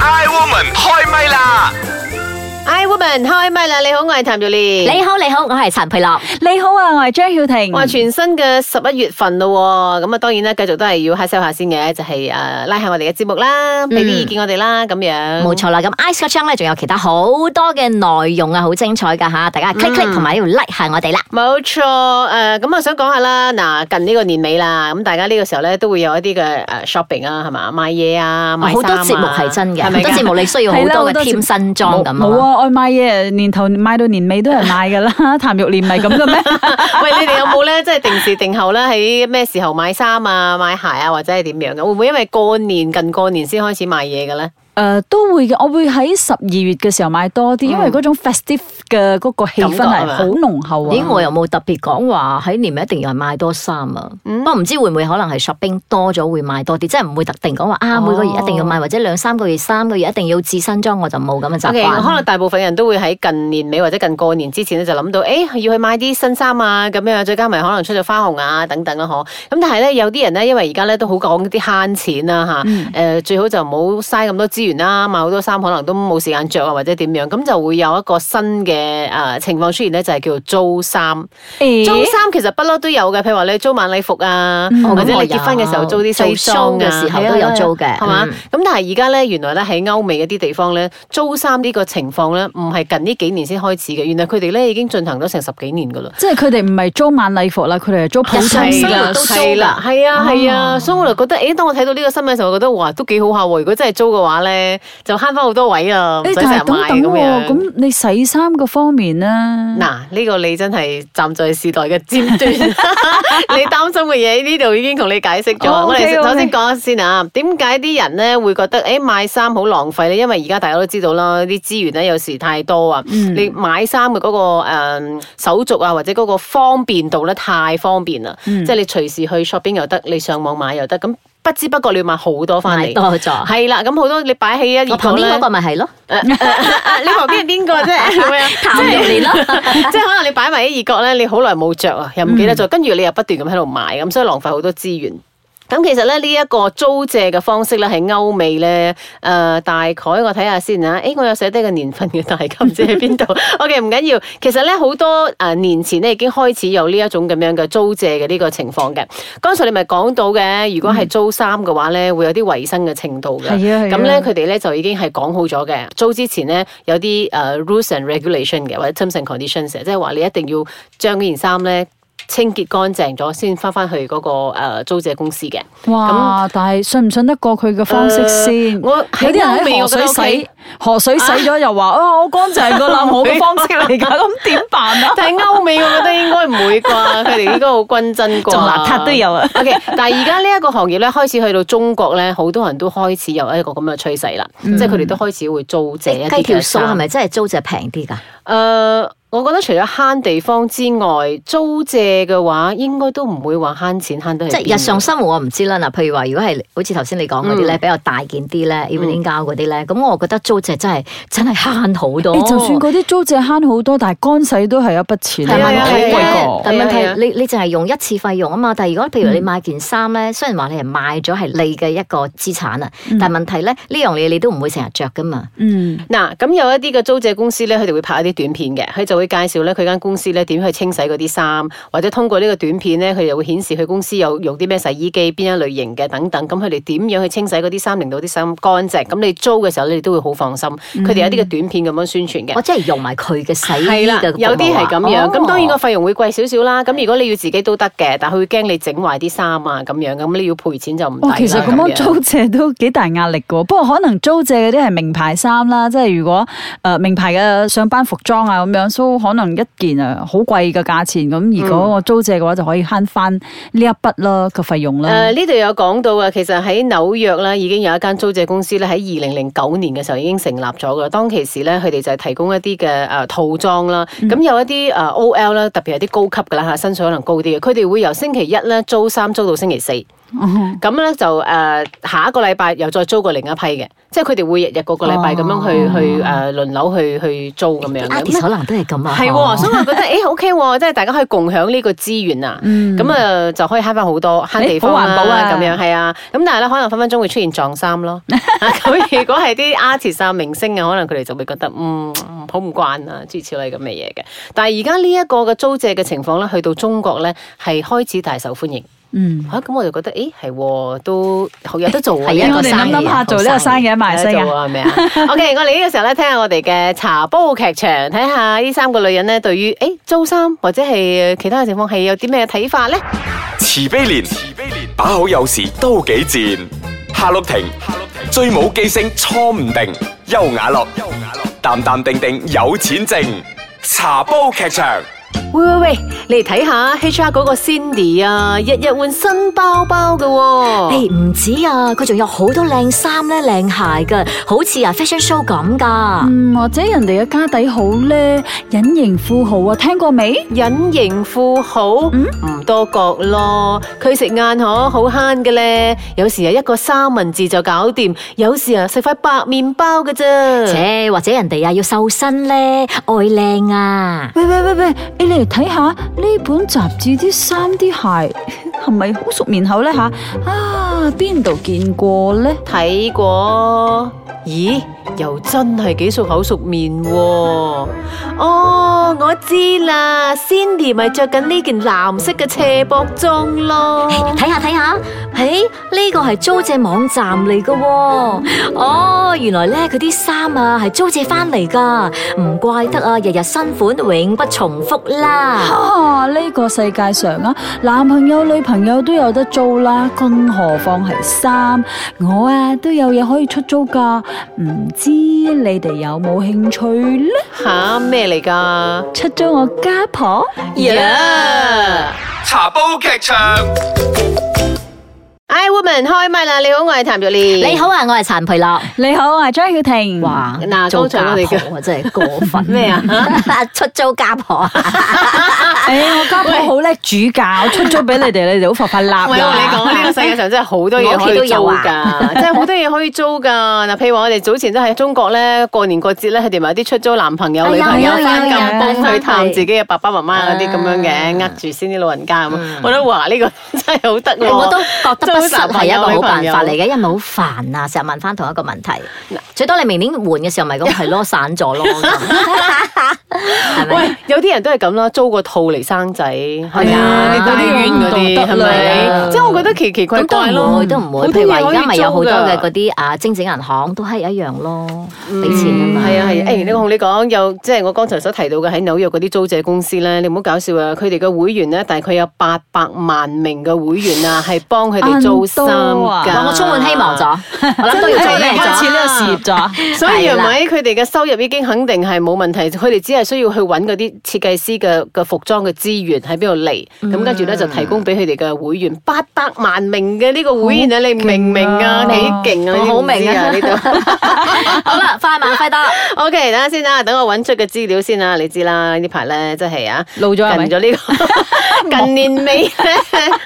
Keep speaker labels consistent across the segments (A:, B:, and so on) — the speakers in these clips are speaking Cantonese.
A: Iwoman 開唛啦！
B: I Woman 開唛啦！你好，我係譚玉蓮。
C: 你好，你好，我係陳佩樂。
D: 你好啊，我係張曉婷。
B: 哇！全新嘅十一月份咯喎，咁啊當然啦，繼續都係要 high sell 下先嘅，就係、呃拉下我哋嘅節目啦，俾啲
C: 嗯
B: 意見我哋啦，咁樣。
C: 冇。錯啦，咁 Ice 嗰張咧，仲有其他好多嘅內容啊，好精彩噶吓，大家 click click 同埋要 like 下我哋啦。
B: 冇錯，誒咁啊，想講下啦，嗱近呢個年尾啦，咁大家呢個時候咧都會有一啲嘅誒 shopping 啊，係嘛，買嘢啊，買
C: 哦好多
B: 衫啊
C: 節目係真嘅，
B: 係
C: 好
B: 咪
C: 多
B: 㗎
C: 節目你需要好
D: 係啦
C: 多
D: 好
C: 嘅
D: 多節
C: 添新裝咁啊。
D: 冇啊，愛買嘢年頭買到年尾都有人 買噶啦，譚玉蓮唔係咁嘅咩？
B: 喂，你哋有冇咧，即係定時定候咧，喺咩時候買衫啊、買鞋啊，或者係點樣嘅？會唔會因為過年近過年先開始買嘢嘅咧？
D: 誒、都會嘅，我會喺十二月嘅時候買多啲，因為嗰種 festive 嘅嗰個氣氛
B: 嗯感覺係
D: 係
B: 嘛
D: 好濃厚啊。
C: 咦，我又冇特別講話喺年尾一定要係買多衫啊，不過唔知會唔會可能係 shopping 多咗會買多啲，即係唔會特定講話啊
B: 哦
C: 每個月一定要買，或者兩三個月、三個月一定要置新裝，我就冇咁嘅
B: O、
C: 習
B: k 可
C: 慣。
B: 能大部分人都會喺近年尾或者近過年之前咧，就諗到，誒、哎要去買啲新衫啊，咁樣，再加埋可能出咗花紅啊等等啦，嗬。咁但係咧，有啲人咧，因為而家咧都好講啲慳錢啦、吓，誒、
C: 嗯
B: 最好就唔好嘥咁多資源啦，買好多衫可能都冇時間着啊，或者點樣，咁就會有一個新嘅誒、呃情況出現咧，就係、叫做租衫。
D: 誒
B: 租衫其實不嬲都有嘅，譬如話你租晚禮服啊，
D: 嗯
C: 哦
B: 或者
C: 咁我
B: 你結婚嘅時候
C: 有
B: 租啲西裝啊
C: 做 show 嘅時候都有租嘅
B: 係嘛？
C: 嗯
B: 咁但係而家咧，原來咧喺歐美嗰啲地方咧，租衫呢個情況咧，唔係近呢幾年先開始嘅，原來佢哋咧已經進行咗成十幾年噶啦。
D: 即係佢哋唔係租晚禮服啦，佢哋係租普通
C: 日常生活
D: 嘅
C: 都租
B: 啊係啦，係啊，係啊，所以我就覺得，誒，當我睇到呢個新聞嘅時候，我覺得哇，都幾好下喎！如果真係租嘅話咧，就慳翻好多位啊，唔
D: 誒
B: 使成日
D: 但
B: 買
D: 係等等
B: 咁
D: 喎，
B: 樣。
D: 咁你洗衫嗰方面
C: 嗯
D: 咧，
B: 嗱，呢個你真係站在時代嘅尖 端， 你擔心嘅嘢呢度已經同你解釋咗。
D: 哦
B: 我哋
D: OK，OK
B: 首先講先啊，點解啲人咧會覺得誒買衫好浪費咧？因為而家大家都知道啦，啲資源咧有時太多啊。
C: 嗯
B: 你買衫嘅嗰個誒手續啊，或者嗰個方便度咧太方便啦，
C: 嗯
B: 即係你隨時去 shopping 又得，你上網買又得，咁不知不覺你要買好多翻
C: 買
B: 嚟。
C: 多咗，
B: 係啦，咁好多你擺喺一
C: 我旁邊嗰
B: 呢 啊
C: 個咪係咯，
B: 你旁邊係邊 個啫？咁樣
C: 譚玉蓮 咯。
B: 即係可能你擺埋喺異國咧，你好耐冇着啊，又唔記得咗，跟住你又不斷咁喺度買，咁所以浪費好多資源。咁其實咧呢一個租借嘅方式咧喺歐美咧，誒、大概我睇下先啊，誒我有寫低個年份嘅，但係咁唔知喺邊度。OK 唔緊要，其實咧好多誒年前咧已經開始有呢一種咁樣嘅租借嘅呢個情況嘅。剛才你咪講到嘅，如果係租衫嘅話咧，會有啲衞生嘅程度嘅。
D: 嗯係啊係啊
B: 咁咧佢哋咧就已經係講好咗嘅，租之前咧有啲誒、呃 rules and regulation 嘅，或者 terms and conditions 嘅，即係話你一定要將嗰件衫咧清潔乾淨咗先翻翻去嗰、個、呃、租借公司嘅。
D: 哇！但係信唔信得過佢嘅方
B: 呃
D: 式先？
B: 我
D: 嗯有
B: 喺
D: 啲
B: 歐
D: 人
B: 美
D: 喺
B: 我覺
D: 河
B: 得
D: 水
B: OK
D: 洗，河水洗咗又話啊，我乾淨個啦，我嘅方式嚟㗎，咁點辦啊？
B: 但係歐美，我覺得應該唔會啩，佢哋應該好均真啩。
D: 仲邋遢都有啊
B: OK，但係而家呢一個行業咧，開始去到中國咧，好多人都開始有一個咁嘅趨勢啦，
D: 嗯
B: 即係佢哋都開始會租借一啲
C: 計條
B: 嘅
C: 數
B: 衫
C: 係咪真係租就平啲㗎？
B: 誒、我覺得除咗慳地方之外，租借嘅話應該都唔會話慳錢慳得去
C: 即
B: 邊啊嗯
C: 係日常生活我唔知啦。嗱，譬如話，如果係好似頭先你講嗰啲咧，比較大件啲咧，evening 膠嗰啲咧，咁我覺得租借真係真係慳好
B: 哦
C: 多。
D: 誒，就算嗰啲租借慳好多，但係乾洗都係一筆錢，
B: 係啊
D: 係咪好
B: 係啊
D: 貴
B: 係啊
D: 過。
C: 但
B: 係啊嗯
C: 問題你你淨係用一次費用啊嘛，但係如果譬如你買件衫咧，雖然話你係買咗係你嘅一個資產啊，
B: 嗯
C: 但係問題咧呢樣嘢你都唔會成日着噶嘛。
D: 嗯，
B: 嗱，咁有一啲嘅租借公司咧，佢哋會拍一啲短片嘅，佢就會介紹咧佢間公司咧點去清洗嗰啲衫，或者通過呢個短片咧，佢哋會顯示佢公司有用啲咩洗衣機、邊一類型嘅等等，咁佢哋點樣去清洗嗰啲衫，令到啲衫乾淨。咁你租嘅時候，你都會好放心。
D: 嗯
B: 佢哋有啲嘅短片咁樣宣傳嘅
C: 我。真係用埋佢嘅洗衣
B: 係啦
C: 嘅服務啊，
B: 有啲係咁樣，咁、
C: 哦
B: 當然個費用會貴少少啦。咁如果你要自己都得嘅，但係佢會驚你整壞啲衫啊咁樣，咁你要賠錢就唔抵
D: 哇
B: 啦，。
D: 哦其實咁樣
B: 樣
D: 租借都幾大壓力嘅喎，不過可能租借嗰啲係名牌衫啦，即係如果誒名牌嘅上班服裝啊咁樣，所以可能一件啊好貴嘅價錢，咁如
B: 嗯
D: 果我租借嘅話就可以慳翻呢一筆啦個費用啦
B: 誒。呃呢度有講到啊，其實喺紐約咧已經有一間租借公司咧喺二零零九年嘅時候已經成立咗㗎啦。當其時咧，佢哋就係提供一啲嘅誒套裝啦，咁、有一啲誒呃 OL 啦，特別係啲高級㗎啦嚇，薪水可能高啲嘅，佢哋會由星期一咧租衫租到星期四。咁咧就誒、呃下一個禮拜又再租過另一批嘅，即係佢哋會日日個個禮拜咁樣去、
D: 哦
B: 去誒、呃、輪流去去租咁樣嘅。咁
C: artist 可能都係咁啊，
B: 係喎，所以我覺得誒 OK 喎，即係大家可以共享呢個資源啊。咁啊就可以慳翻好多，慳地方
D: 嗯好環保啊
B: 啦，咁樣係啊。咁但係咧，可能分分鐘會出現撞衫 咯。咁如果係啲 artist 啊、明星啊，可能佢哋就會覺得嗯好唔慣啊，諸如此類咁嘅嘢嘅。但係而家呢一個嘅租借嘅情況咧，去到中國咧係開始大受歡迎。
D: 嗯，
B: 嚇咁我就覺得，誒係喎，都好有得做 喎，
C: 係啊
B: 呢
D: 我
B: 個
D: 哋
B: 生
D: 諗
B: 意
D: 諗下做呢個生意喺馬來西
B: 有得做
D: 亞，
B: 啊，係咪 啊？OK，我哋呢個時候咧，聽下我哋嘅茶煲劇場，睇下呢三個女人咧，對於誒租衫或者係呃其他嘅情況係有啲咩睇法咧？
A: 慈悲蓮，慈悲蓮，把口有時都幾賤。夏綠庭，夏綠庭，最冇記性錯唔定。優雅樂，優雅樂，淡淡定定有錢剩。茶煲劇場。
B: 喂喂喂，你嚟睇下 HR 嗰個 Cindy 啊，日日換新包包嘅喎。
C: 誒唔止啊，佢仲有好多靚衫咧、靚鞋噶，好似啊 fashion show 咁噶。
D: 嗯，或者人哋嘅家底好咧，隱形富豪啊，聽過未？
B: 隱形富豪唔多覺咯，佢食晏可好慳嘅咧，有時啊一個三文治就搞掂，有時啊食塊白麵包嘅啫。
C: 且或者人哋啊要瘦身咧，愛靚啊。
D: 喂喂喂喂，你嚟睇下呢本雜誌啲衫啲鞋 係咪好熟面口咧吓？啊，邊度見過咧？
B: 睇過，咦，又真係幾熟口熟面喎、哦，我知啦，Cindy 咪着緊呢件藍色嘅斜膊裝咯。
C: 睇下睇下，誒呢個係租借網站嚟噶喎，哦原來咧佢啲衫啊係租借翻嚟噶，唔怪得啊日日新款永不重複啦。
D: 啊！呢、個世界上啊，男朋友女朋友都有得租啦，更何況係衫。我啊都有嘢可以出租噶，唔知你哋有冇興趣呢？
B: 吓咩嚟㗎？
D: 出租我家婆。
B: 呀
A: 茶煲劇場。
B: ！I woman 開麥啦！你好，我係譚玉蓮。
C: 你好啊，我係陳培樂。
D: 你好，我係張曉婷。
C: 哇！
B: 嗱
C: 做家
B: 剛才我哋嘅
C: 婆啊真係過分
B: 咩啊？
C: 出租家婆啊！
D: 誒、哎我家婆好叻煮教，出租俾你 哋，你哋好發發立啦。
B: 喂，我同你講呢、個世界上真係好多嘢可以
C: 我屋企都有
B: 租㗎，
C: 啊
B: 真係好多嘢可以租㗎。嗱，譬如話我哋早前都喺中國咧，過年過節咧，佢哋咪有啲出租男朋友、
C: 哎呀
B: 女朋友
C: 有有
B: 翻
C: 有
B: 咁幫
C: 有
B: 去探自己嘅爸爸媽媽嗰啲咁樣嘅，
C: 啊
B: 呃住先啲老人家咁。
C: 嗯
B: 我覺得哇，呢個真係好得喎。
C: 我都覺得不失係一個好辦法嚟
B: 嘅。
C: 嘅，因為好煩啊，成日問翻同一個問題。最多你明年換嘅時候咪咁係咯，散 咗咯，係咪？
B: 喂，有啲人都係咁啦，租個套嚟生仔，係
C: 啊
B: 啊，你嗰啲院嗰啲係
D: 都
C: 得啦
B: 咪？即係我覺得奇奇怪
C: 咁都
B: 怪
C: 唔
B: 咯
C: 會，，都唔會。
B: 好多
C: 譬如話
B: 嘢可
C: 而
B: 以
C: 家咪有好多
B: 租㗎
C: 嘅嗰啲啊，精子銀行都係一樣咯，俾錢啊
B: 嗯
C: 嘛。
B: 係啊係啊，誒、你我同你講，有即係我剛才所提到嘅喺紐約嗰啲租借公司咧，你唔好搞笑啊！佢哋嘅會員咧，大概有八百萬名嘅會員啊，係幫佢哋租衫
D: 咁多啊
B: 㗎。
C: 哇我充滿希 望咗，我諗都要做咩
B: 真係
D: 開
C: 咗
D: 始？呢個事業 咗。
B: 所以
C: 係
B: 係
C: 啦
B: 咪佢哋嘅收入已經肯定係冇問題？佢哋只係需要去揾嗰啲設計師嘅嘅服裝嘅資源喺邊度嚟，
C: 嗯
B: 咁跟住咧就提供俾佢哋嘅會員八百萬名嘅呢個會員啊！你明唔明啊？幾
D: 明
B: 勁啊！
C: 我
B: 你知唔
C: 好明
B: 知
C: 啊
B: 啊！呢度。
C: 好啦，快慢快多。
B: O K，等下先啦，等我揾出嘅資料先啦。你知啦，呢排咧即係啊，
D: 老咗係咪
B: 近咗呢、個近年尾咧，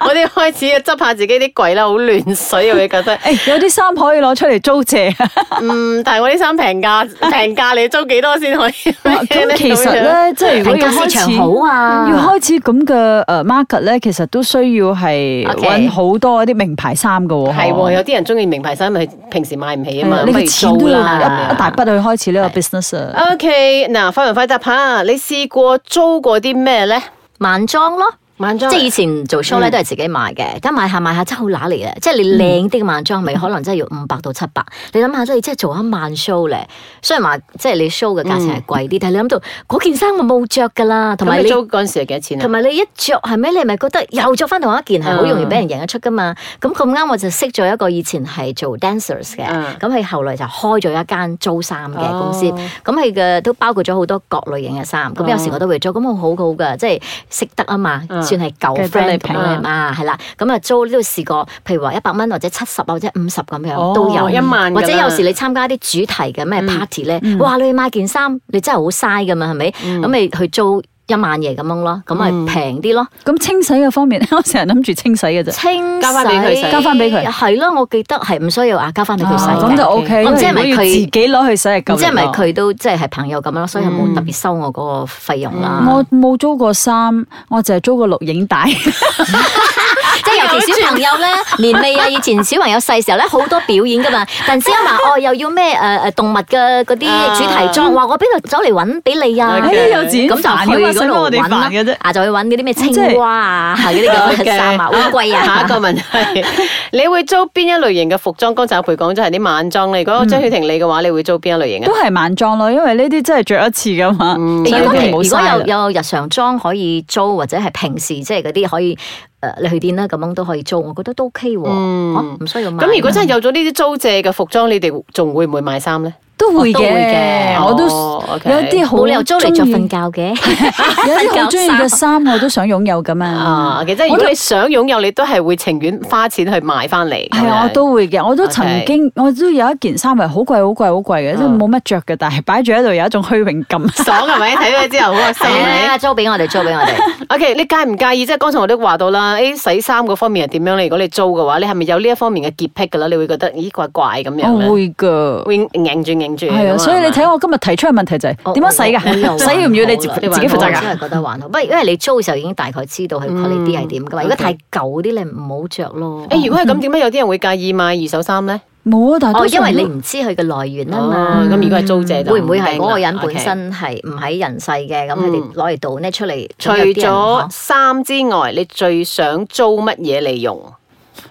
B: 我哋開始執下自己啲櫃啦，好亂水啊！你覺 得？
D: 誒、有啲衫可以攞出嚟 租借。
B: 嗯，但係我啲衫平價，平價你租幾多先可以？
D: 哦 咁其實咧，即係如果要
C: 評價
D: 開
C: 市場
D: 始
C: 好啊
D: 要開始咁嘅誒 market 咧，其實都需要係
C: OK
D: 揾好多啲名牌衫嘅喎。
B: 係喎，有啲人中意名牌衫，咪平時買唔起啊嘛，
D: 係
B: 咁
D: 嗯你
B: 不
D: 嘅
B: 如
D: 錢
B: 租
D: 都要啊
B: 啦。咁
C: 啊
D: 一
B: 樣
D: 一大筆去開始呢個 business 啊。
B: O K，嗱，快問快答下，你試過租過啲咩咧？
C: 晚裝咯。
B: 晚裝
C: 即係以前做 show 咧都係自己買嘅，而家買下買下真係好揦嚟嘅，即係你靚啲嘅晚裝咪可能真係要五百到七百，你諗下即係即係做一晚 show 咧，雖然話即係你 show 嘅價錢係貴啲，但係你諗到嗰件衫我冇着㗎啦，同
B: 咁
C: 埋
B: 你
C: 你。
B: 租嗰陣時係幾多錢啊嗯
C: 同？埋你一着係咪？你咪覺得又着翻同一件係好容易俾人認得出噶嘛？咁咁啱我就識咗一個以前係做 dancers 嘅，
B: 嗯
C: 咁佢、後來就開咗一間租衫嘅公司，
B: 哦
C: 咁佢嘅都包括咗好多各類型嘅衫。咁、
B: 哦
C: 有時我都會租，咁我好好噶，即係識得啊嘛，
B: 嗯
C: 算係舊
D: 記得
C: friend
D: 你平
C: 咁樣啊，係啦。咁啊租呢度試過，譬如話一百蚊或者七十或者五十咁
D: 哦
C: 樣都有，
B: 一萬㗎啦
C: 或者有時你參加啲主題嘅咩 party 咧，哇！你去買件衫，你真係好嘥噶嘛，係咪？咁咪去租一萬嘢咁樣咯，咁咪
B: 嗯
C: 平啲咯。
D: 咁清洗嘅方面， 我成日諗住清洗嘅啫，
C: 清洗
B: 交返俾佢洗
D: 交返俾佢
C: 係咯，我記得係唔需要啊，交翻俾佢洗
D: 啊
C: 嘅。
D: 咁就 O K。
C: 我唔知係咪佢
D: 如果要自己攞去洗係
C: 咁
D: 夠力咯。
C: 即係咪佢都即係係朋友咁咯，所以冇特別收我嗰個費用啦。
D: 我嗯冇租過衫，我淨係租過錄影帶。
C: 即係尤其小朋友咧，年尾啊，以前小朋友細時候咧，好多表演噶嘛。突然之間話哦，又要咩誒誒動物嘅嗰啲主題裝，話我邊度走嚟揾俾你啊？
B: Okay
D: 哎呀，幼稚園
C: 咁就
D: 煩嘅嘛
C: 去
D: 使
C: 嗰
D: 乜
C: 度
D: 我哋
C: 揾
D: 煩嘅啫
C: 啦，。啊就去揾嗰啲咩青蛙啊，係嗰啲咁嘅衫啊，好貴 啊，
B: 下一個問 題，你會租邊一類型嘅服裝？剛才阿培講咗係啲晚裝，你如果張曉婷你嘅話，你會租邊一類型
D: 嗯都
B: 啊？
D: 係晚裝咯，因為呢啲真係着一次噶嘛，
B: 嗯
D: 所以
C: 如
D: 都
C: 果
D: 唔
C: 你
D: 好
C: 如果
D: 嘥
C: 有
D: 啦。
C: 有日常裝可以租，或者係平時即係嗰啲可以誒、呃你去店啦咁樣都可以租，我覺得都 OK 喎，
B: 嗯
C: 啊唔需要買。
B: 咁如果真係有咗呢啲租借嘅服裝，你哋仲會唔會買衫咧？
D: 都會
C: 都會
D: 嘅，
C: 嘅
D: 我都
B: 哦，OK
D: 有啲好
C: 冇理由租嚟着
D: 鍾意
C: 瞓覺嘅，
D: 有啲好中意嘅
C: 瞓覺
D: 衫我都想擁有噶嘛。
B: 啊，其實如果你想擁有，你都係會情願花錢去買翻嚟。
D: 係
B: 咁樣
D: 啊，我都會嘅，我都
B: OK
D: 曾經，我都有一件衫係好貴、好貴、好貴嘅，即
B: 嗯
D: 係
B: 啊
D: 冇乜着嘅，但係擺住喺度有一種虛榮感。哦
B: 爽係 咪？睇咗之後好開心係
C: 係
B: 咪
C: 啊，租俾我哋，租俾我哋。
B: ？OK，你介唔介意？即係剛才我都話到啦，誒洗衫嗰方面係點樣咧？如果你租嘅話，你係咪有呢一方面嘅潔癖㗎啦？你會覺得咦怪怪咁樣咧
D: 我？哦會噶，
B: 啊會硬住硬住。
D: 係啊，所以你
B: 係咪
D: 睇我今日提出嘅問題就係點樣洗
C: 哦我又還
D: 㗎？洗要唔要你自
C: 好啦
D: 自己負
C: 我啊
D: 責
B: 㗎
C: 真係覺得還好，不過因為你租嘅時候已經大概知道佢 quality 係點㗎嘛。如果
B: OK
C: 太舊啲，你唔好着咯。
B: 誒，如果係咁，點解有啲人會介意買二手衫咧？
D: 冇啊，但係
C: 哦，
D: 都
C: 因為你唔知佢嘅來源啊嘛。
B: 哦，咁如果係租借就
C: 會唔會係
B: 定
C: 嗰個
B: 啦
C: 人本
B: OK 嗯
C: 身係唔喺人世嘅？咁佢哋攞嚟度呢出嚟，
B: 除 咗衫之外，你最想租乜嘢嚟用？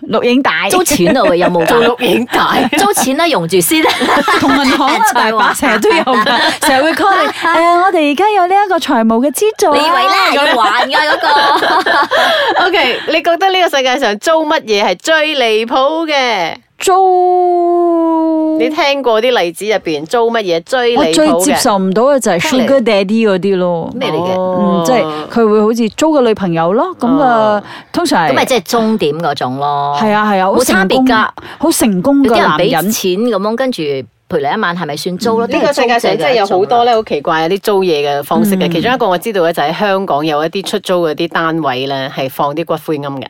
D: 錄影帶
C: 租錢啊，喂有冇㗎？
B: 影帶
C: 租錢啦，用住先。
D: 同銀行啊，大把成日都有㗎，成日會 call 你。誒，我哋而家有呢一個財務嘅資助啊。
C: 你以為咧要還㗎嗰個？
B: OK，你 覺得呢個世界上租乜嘢係最離譜嘅？
D: 租
B: 你聽過啲例子入邊租乜嘢最
D: 嗯我
B: 離
D: 最
B: 譜
D: 接
B: 嘅？
D: 受唔到嘅就係
C: 聽嚟
D: Sugar Daddy 嗰啲咯。
C: 咩嚟嘅？
B: 哦
D: 嗯，即係佢會好似租個女朋友咯，咁啊
B: 哦，
D: 通常
C: 咁咪
D: 係
C: 即係終點嗰種咯。
D: 係啊係啊，好
C: 冇差
D: 成功
C: 別㗎。
D: 好成功
C: 有
D: 嘅
C: 啲人
D: 男
C: 俾
D: 人
C: 錢。咁樣，跟住陪你一晚，係咪算租咯？
B: 呢個世界上真係有好多
C: 咧。
B: 咧好奇怪有啲租嘢嘅方式嘅，
D: 嗯
B: 其中一個我知道嘅就係香港有一啲出租嗰啲單位咧，係放啲骨灰龛嘅。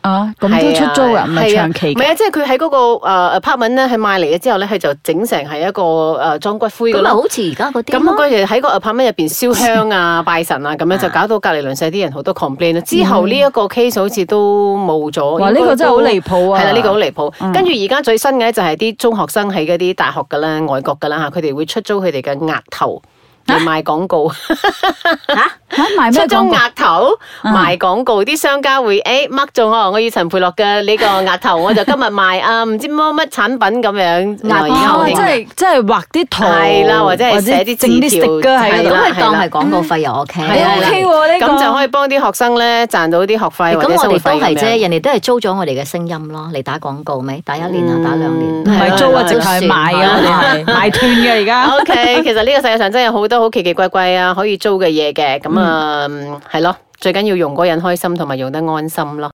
D: 啊，咁都出租啊，唔係長期
B: 唔係
D: 嘅。
B: 啊，即係佢喺嗰個誒 apartment 咧，佢賣嚟嘅之後咧，佢就整成係一個誒裝骨灰嘅
C: 咁咪
B: 咯。
C: 好似而家嗰
B: 咁
C: 啲咯。
B: 佢哋喺個 apartment 入邊燒香 啊、拜神啊，咁樣就搞到隔離鄰舍啲人好多 complain 啦。之後呢一個 case 好似都冇咗。
D: 嗯哇，呢個真係好離譜啊！
B: 係啦，呢個好離
D: 嗯
B: 譜。跟住而家最新嘅咧就係啲中學生喺嗰啲大學㗎啦、外國㗎啦嚇，佢哋會出租佢哋嘅額頭 嚟賣廣告。
D: 嚇賣咩
B: 出租
D: 廣告？
B: 額頭
D: 嗯
B: 賣廣告，啲商家會
C: 嗯
B: 誒 mark 咗我，我要陳佩樂嘅呢個額頭，我就今日賣啊，唔知乜乜產品咁樣，
C: 額頭
B: 然後
D: 哦，
B: 定
D: 即係即係畫啲圖，
B: 係啦或者係寫啲
D: 整啲
B: 字條
D: sticker 喺
B: 係
D: 度
B: 啦。
C: 咁咪當係廣告費又 OK。
B: 係啊
D: OK 喎呢個
B: 咁就可以幫啲學生咧賺到啲學費或
C: 咁
B: 者
C: 我
B: 生活費
C: 哋哦都
B: 咁
C: 係啫，
B: 樣。
C: 人哋都係租咗我哋嘅聲音咯嚟打廣告咪，打一年
B: 嗯
C: 啊，打兩年，
B: 唔
D: 唔係租啊，
B: 係
D: 直係賣啊，我哋係賣斷嘅 而家。
B: O K，其實呢個世界上真係好多好奇奇怪怪
C: 嗯
B: 啊，可以租嘅嘢嘅，咁啊，嗯係咯，最緊要用嗰個人開心同埋用得安心咯。